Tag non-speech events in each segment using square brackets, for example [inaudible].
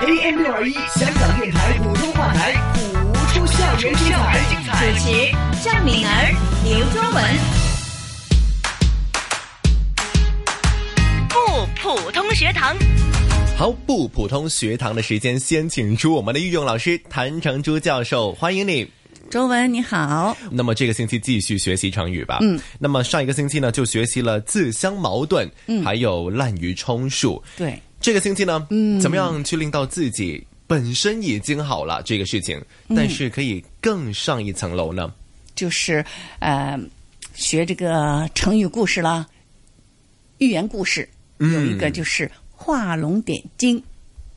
AM 六二一香港电台普通话台，谱出校园精彩。主持郑敏儿、刘卓文，不普通学堂。好，不普通学堂的时间，先请出我们的御用老师谭成珠教授，欢迎你。周文你好，那么这个星期继续学习成语吧。嗯，那么上一个星期呢，就学习了自相矛盾，嗯还有滥竽充数。对，这个星期呢，嗯，怎么样去令到自己本身已经好了这个事情，嗯但是可以更上一层楼呢？就是呃，学这个成语故事啦，寓言故事，嗯有一个就是画龙点睛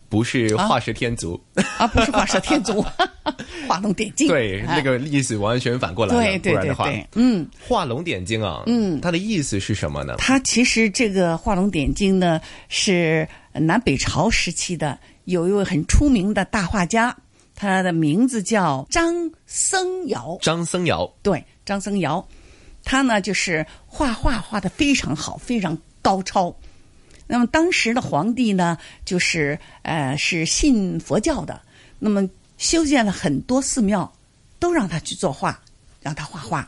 不是画蛇添足，啊，不是画蛇 [laughs] 添足，画龙点睛，对，哎那个意思完全反过来了。对对不然对的话，对，嗯，画龙点睛啊，嗯，它的意思是什么呢？它其实这个画龙点睛呢，是南北朝时期的有一位很出名的大画家，他的名字叫张僧繇。张僧繇，对，张僧繇，他呢就是画画画的非常好，非常高超。那么当时的皇帝呢，就是呃是信佛教的，那么修建了很多寺庙，都让他去作画，让他画画。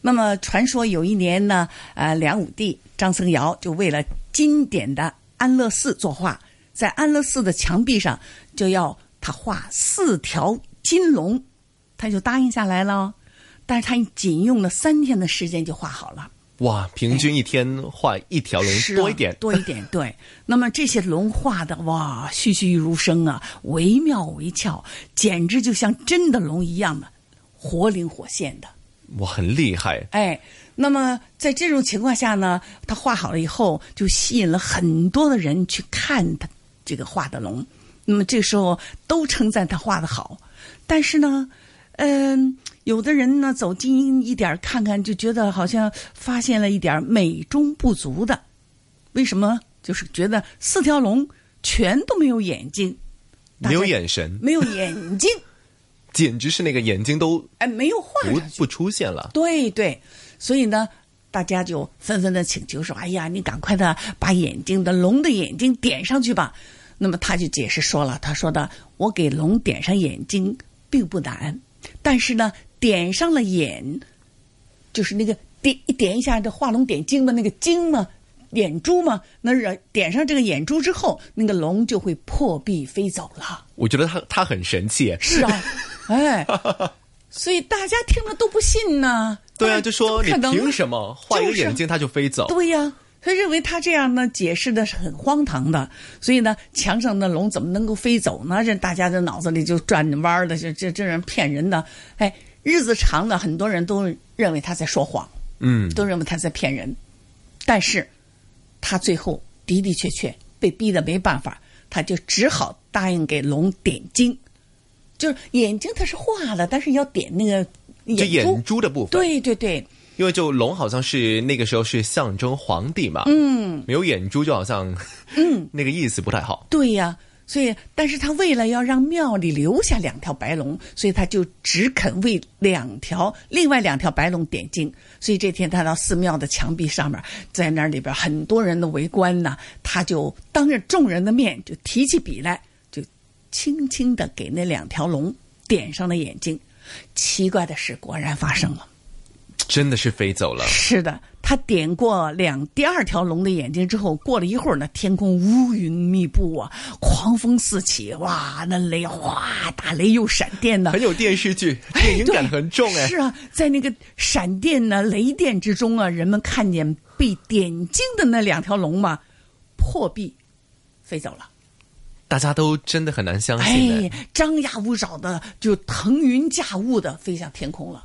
那么传说有一年呢，呃，梁武帝张僧繇就为了经典的安乐寺作画，在安乐寺的墙壁上就要他画四条金龙，他就答应下来了哦。但是他仅用了三天的时间就画好了，哇，平均一天画一条龙是啊多一点，多一点，对。那么这些龙画的哇，栩栩如生啊，惟妙惟肖，简直就像真的龙一样的，活灵活现的。哇，很厉害。哎，那么在这种情况下呢，他画好了以后，就吸引了很多的人去看他这个画的龙。那么这时候都称赞他画的好，但是呢，嗯、有的人呢走近一点儿看看，就觉得好像发现了一点儿美中不足的。为什么？就是觉得四条龙全都没有眼睛，大没家有眼神，没有眼睛，简直是那个眼睛都哎，没有画不 [laughs] 上去。不出现了。对对，所以呢，大家就纷纷的请求说：“哎呀，你赶快的把眼睛的龙的眼睛点上去吧。”那么他就解释说了，他说的：“我给龙点上眼睛并不难，但是呢，点上了眼，就是那个点一点一下这画龙点睛的那个睛嘛。”眼珠嘛，那人点上这个眼珠之后，那个龙就会破壁飞走了。我觉得他他很神气，是 [laughs] 啊，哎，所以大家听了都不信呢。对啊，哎就说你怎么可能凭什么画一个就是眼睛他就飞走？对呀、他认为他这样呢解释的是很荒唐的，所以呢，墙上的龙怎么能够飞走呢？这大家这脑子里就转着弯儿的，这这这人骗人的。哎，日子长了，很多人都认为他在说谎，嗯，都认为他在骗人，但是他最后的的确确被逼得没办法，他就只好答应给龙点睛，就是眼睛他是画的，但是要点那个就眼珠。眼珠的部分，对对对，因为就龙好像是那个时候是象征皇帝嘛，嗯，没有眼珠就好像， [laughs] 嗯，那个意思不太好。对呀、所以，但是他为了要让庙里留下两条白龙，所以他就只肯为两条另外两条白龙点睛。所以这天他到寺庙的墙壁上面，在那里边很多人的围观呢，他就当着众人的面就提起笔来，就轻轻的给那两条龙点上了眼睛。奇怪的事果然发生了。真的是飞走了，是的，他点过两第二条龙的眼睛之后，过了一会儿呢，天空乌云密布啊，狂风四起，哇，那雷哗，打雷又闪电呢很。有电视剧，哎电影对感很重哎是。啊，在那个闪电呢、雷电之中啊，人们看见被点睛的那两条龙嘛，破壁飞走了。大家都真的很难相信哎哎，，张牙舞爪的，就腾云驾雾的飞向天空了。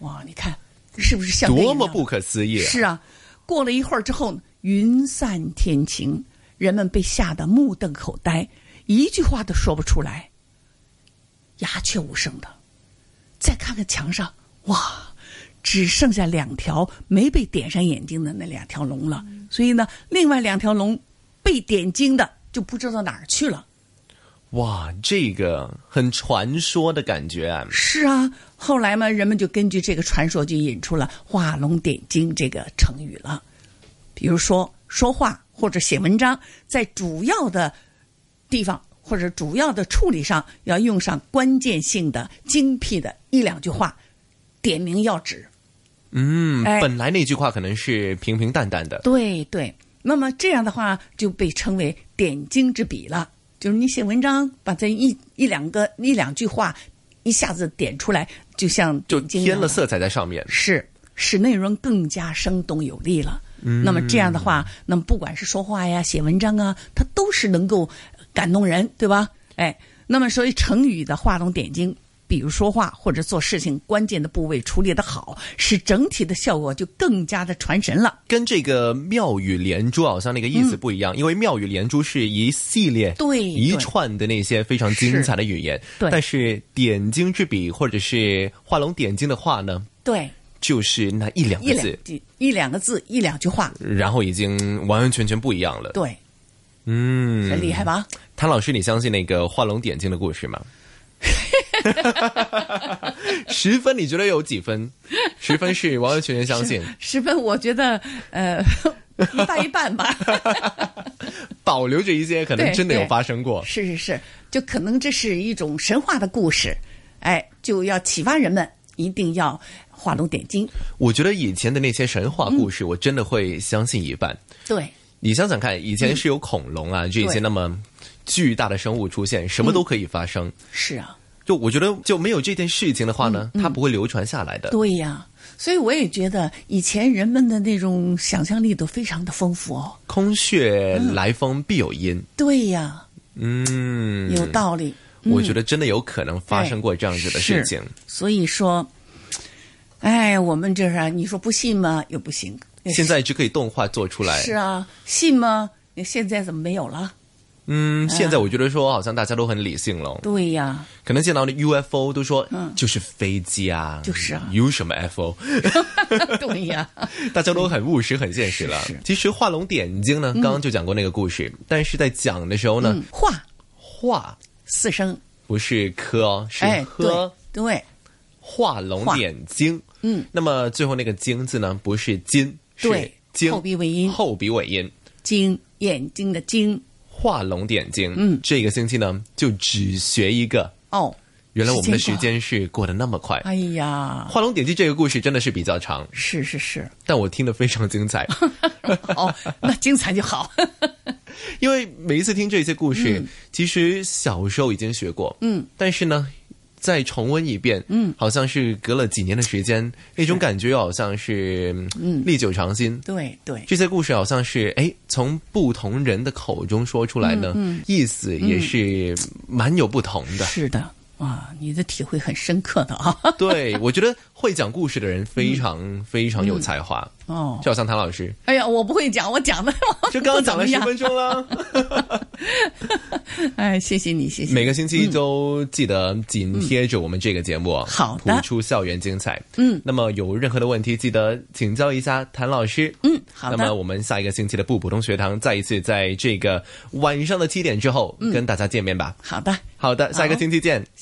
哇，你看是不是像多么不？不可思议啊！是啊，过了一会儿之后呢，云散天晴，人们被吓得目瞪口呆，一句话都说不出来，鸦雀无声的。再看看墙上，哇，只剩下两条没被点上眼睛的那两条龙了。所以呢，另外两条龙被点睛的就不知道哪儿去了。哇，这个很传说的感觉啊，是啊，后来嘛，人们就根据这个传说就引出了“画龙点睛”这个成语了。比如说说话或者写文章，在主要的地方或者主要的处理上，要用上关键性的、精辟的一两句话，点明要旨。嗯，哎本来那句话可能是平平淡淡的，对对，那么这样的话就被称为点睛之笔了，就是你写文章把这一一两个一两句话一下子点出来，就像就点睛一样添了色彩在上面。是使内容更加生动有力了。那么这样的话，那么不管是说话呀、写文章啊，它都是能够感动人，对吧？哎，那么所以成语的画龙点睛，比如说话或者做事情关键的部位处理的好，使整体的效果就更加的传神了。跟这个妙语连珠啊好像那个意思不一样，因为妙语连珠是一系列对一对串的那些非常精彩的语言，对但是点睛之笔或者是画龙点睛的话呢，对，就是那一两一个两字，句一两个字，一两句话，然后已经完完全全不一样了。对，嗯，很厉害吧？谭老师，你相信那个画龙点睛的故事 [laughs] 吗？十分，你觉得有几分？十分是完完全全相信，十分，我觉得呃， [laughs] 一半一半吧。保留着一些可能对真的有对发生过。是是是，就可能这是一种神话的故事，哎，就要启发人们一定要画龙点睛。我觉得以前的那些神话故嗯事，我真的会相信一半。对，你想想看，以前是有恐龙啊、这些对那么巨大的生物出现，什么都可以发生。是啊，就我觉得就没有这件事情的话呢，它不会流传下来的。嗯对呀。所以我也觉得以前人们的那种想象力都非常的丰富哦。空穴嗯来风必有因，对呀，嗯，有道理。哎我觉得真的有可能发生过这样子的事情。所以说，哎，我们这是你说不信吗？又不行。 [laughs] 现在只可以动画做出来。是啊，信吗？你现在怎么没有了？嗯，现在我觉得说好像大家都很理性了，对呀， [laughs] 可能见到的 UFO 都说就是飞机啊，嗯就是啊有什么 [laughs] FO，对 [laughs] 呀，大家都很务实、很现实了是是。嗯其实画龙点睛呢，刚刚就讲过那个故事，但是在讲的时候呢，画画嗯四声，不是科哦，是哎，对科。对，画龙画点睛。嗯，那么最后那个睛字呢，不是金，是对睛，后鼻尾音后鼻尾音。睛，眼睛的睛。画龙点睛。嗯这个星期呢，就只学一个。哦，原来我们的时时间过间是过得那么快。哎呀，画龙点睛这个故事真的是比较长，是是是，但我听得非常精彩，哦，那精彩就好。 [laughs] 因为每一次听这些故事，其实小时候已经学过，嗯，但是呢，再重温一遍，嗯，好像是隔了几年的时间，那种感觉又好像是嗯历久常新，对对，这些故事好像是哎，从不同人的口中说出来呢，意思也是蛮有不同的。是的，哇，你的体会很深刻的啊。 [laughs] 对，我觉得会讲故事的人非常、非常有才华，嗯哦，就好像谭老师，哎呀，我不会讲，我讲的就刚刚讲了 [laughs] 不怎十么样分钟了。哎，谢谢你，谢 [laughs] 谢。每个星期一都记得紧贴着我们这个节目啊，嗯好谱的出校园精彩。嗯，那么有任何的问题，记得请教一下谭老师。嗯，好那的么我们下一个星期的不普通学堂再一次在这个晚上的七点之后、跟大家见面吧。好的，好的，下一个嗯好星期见。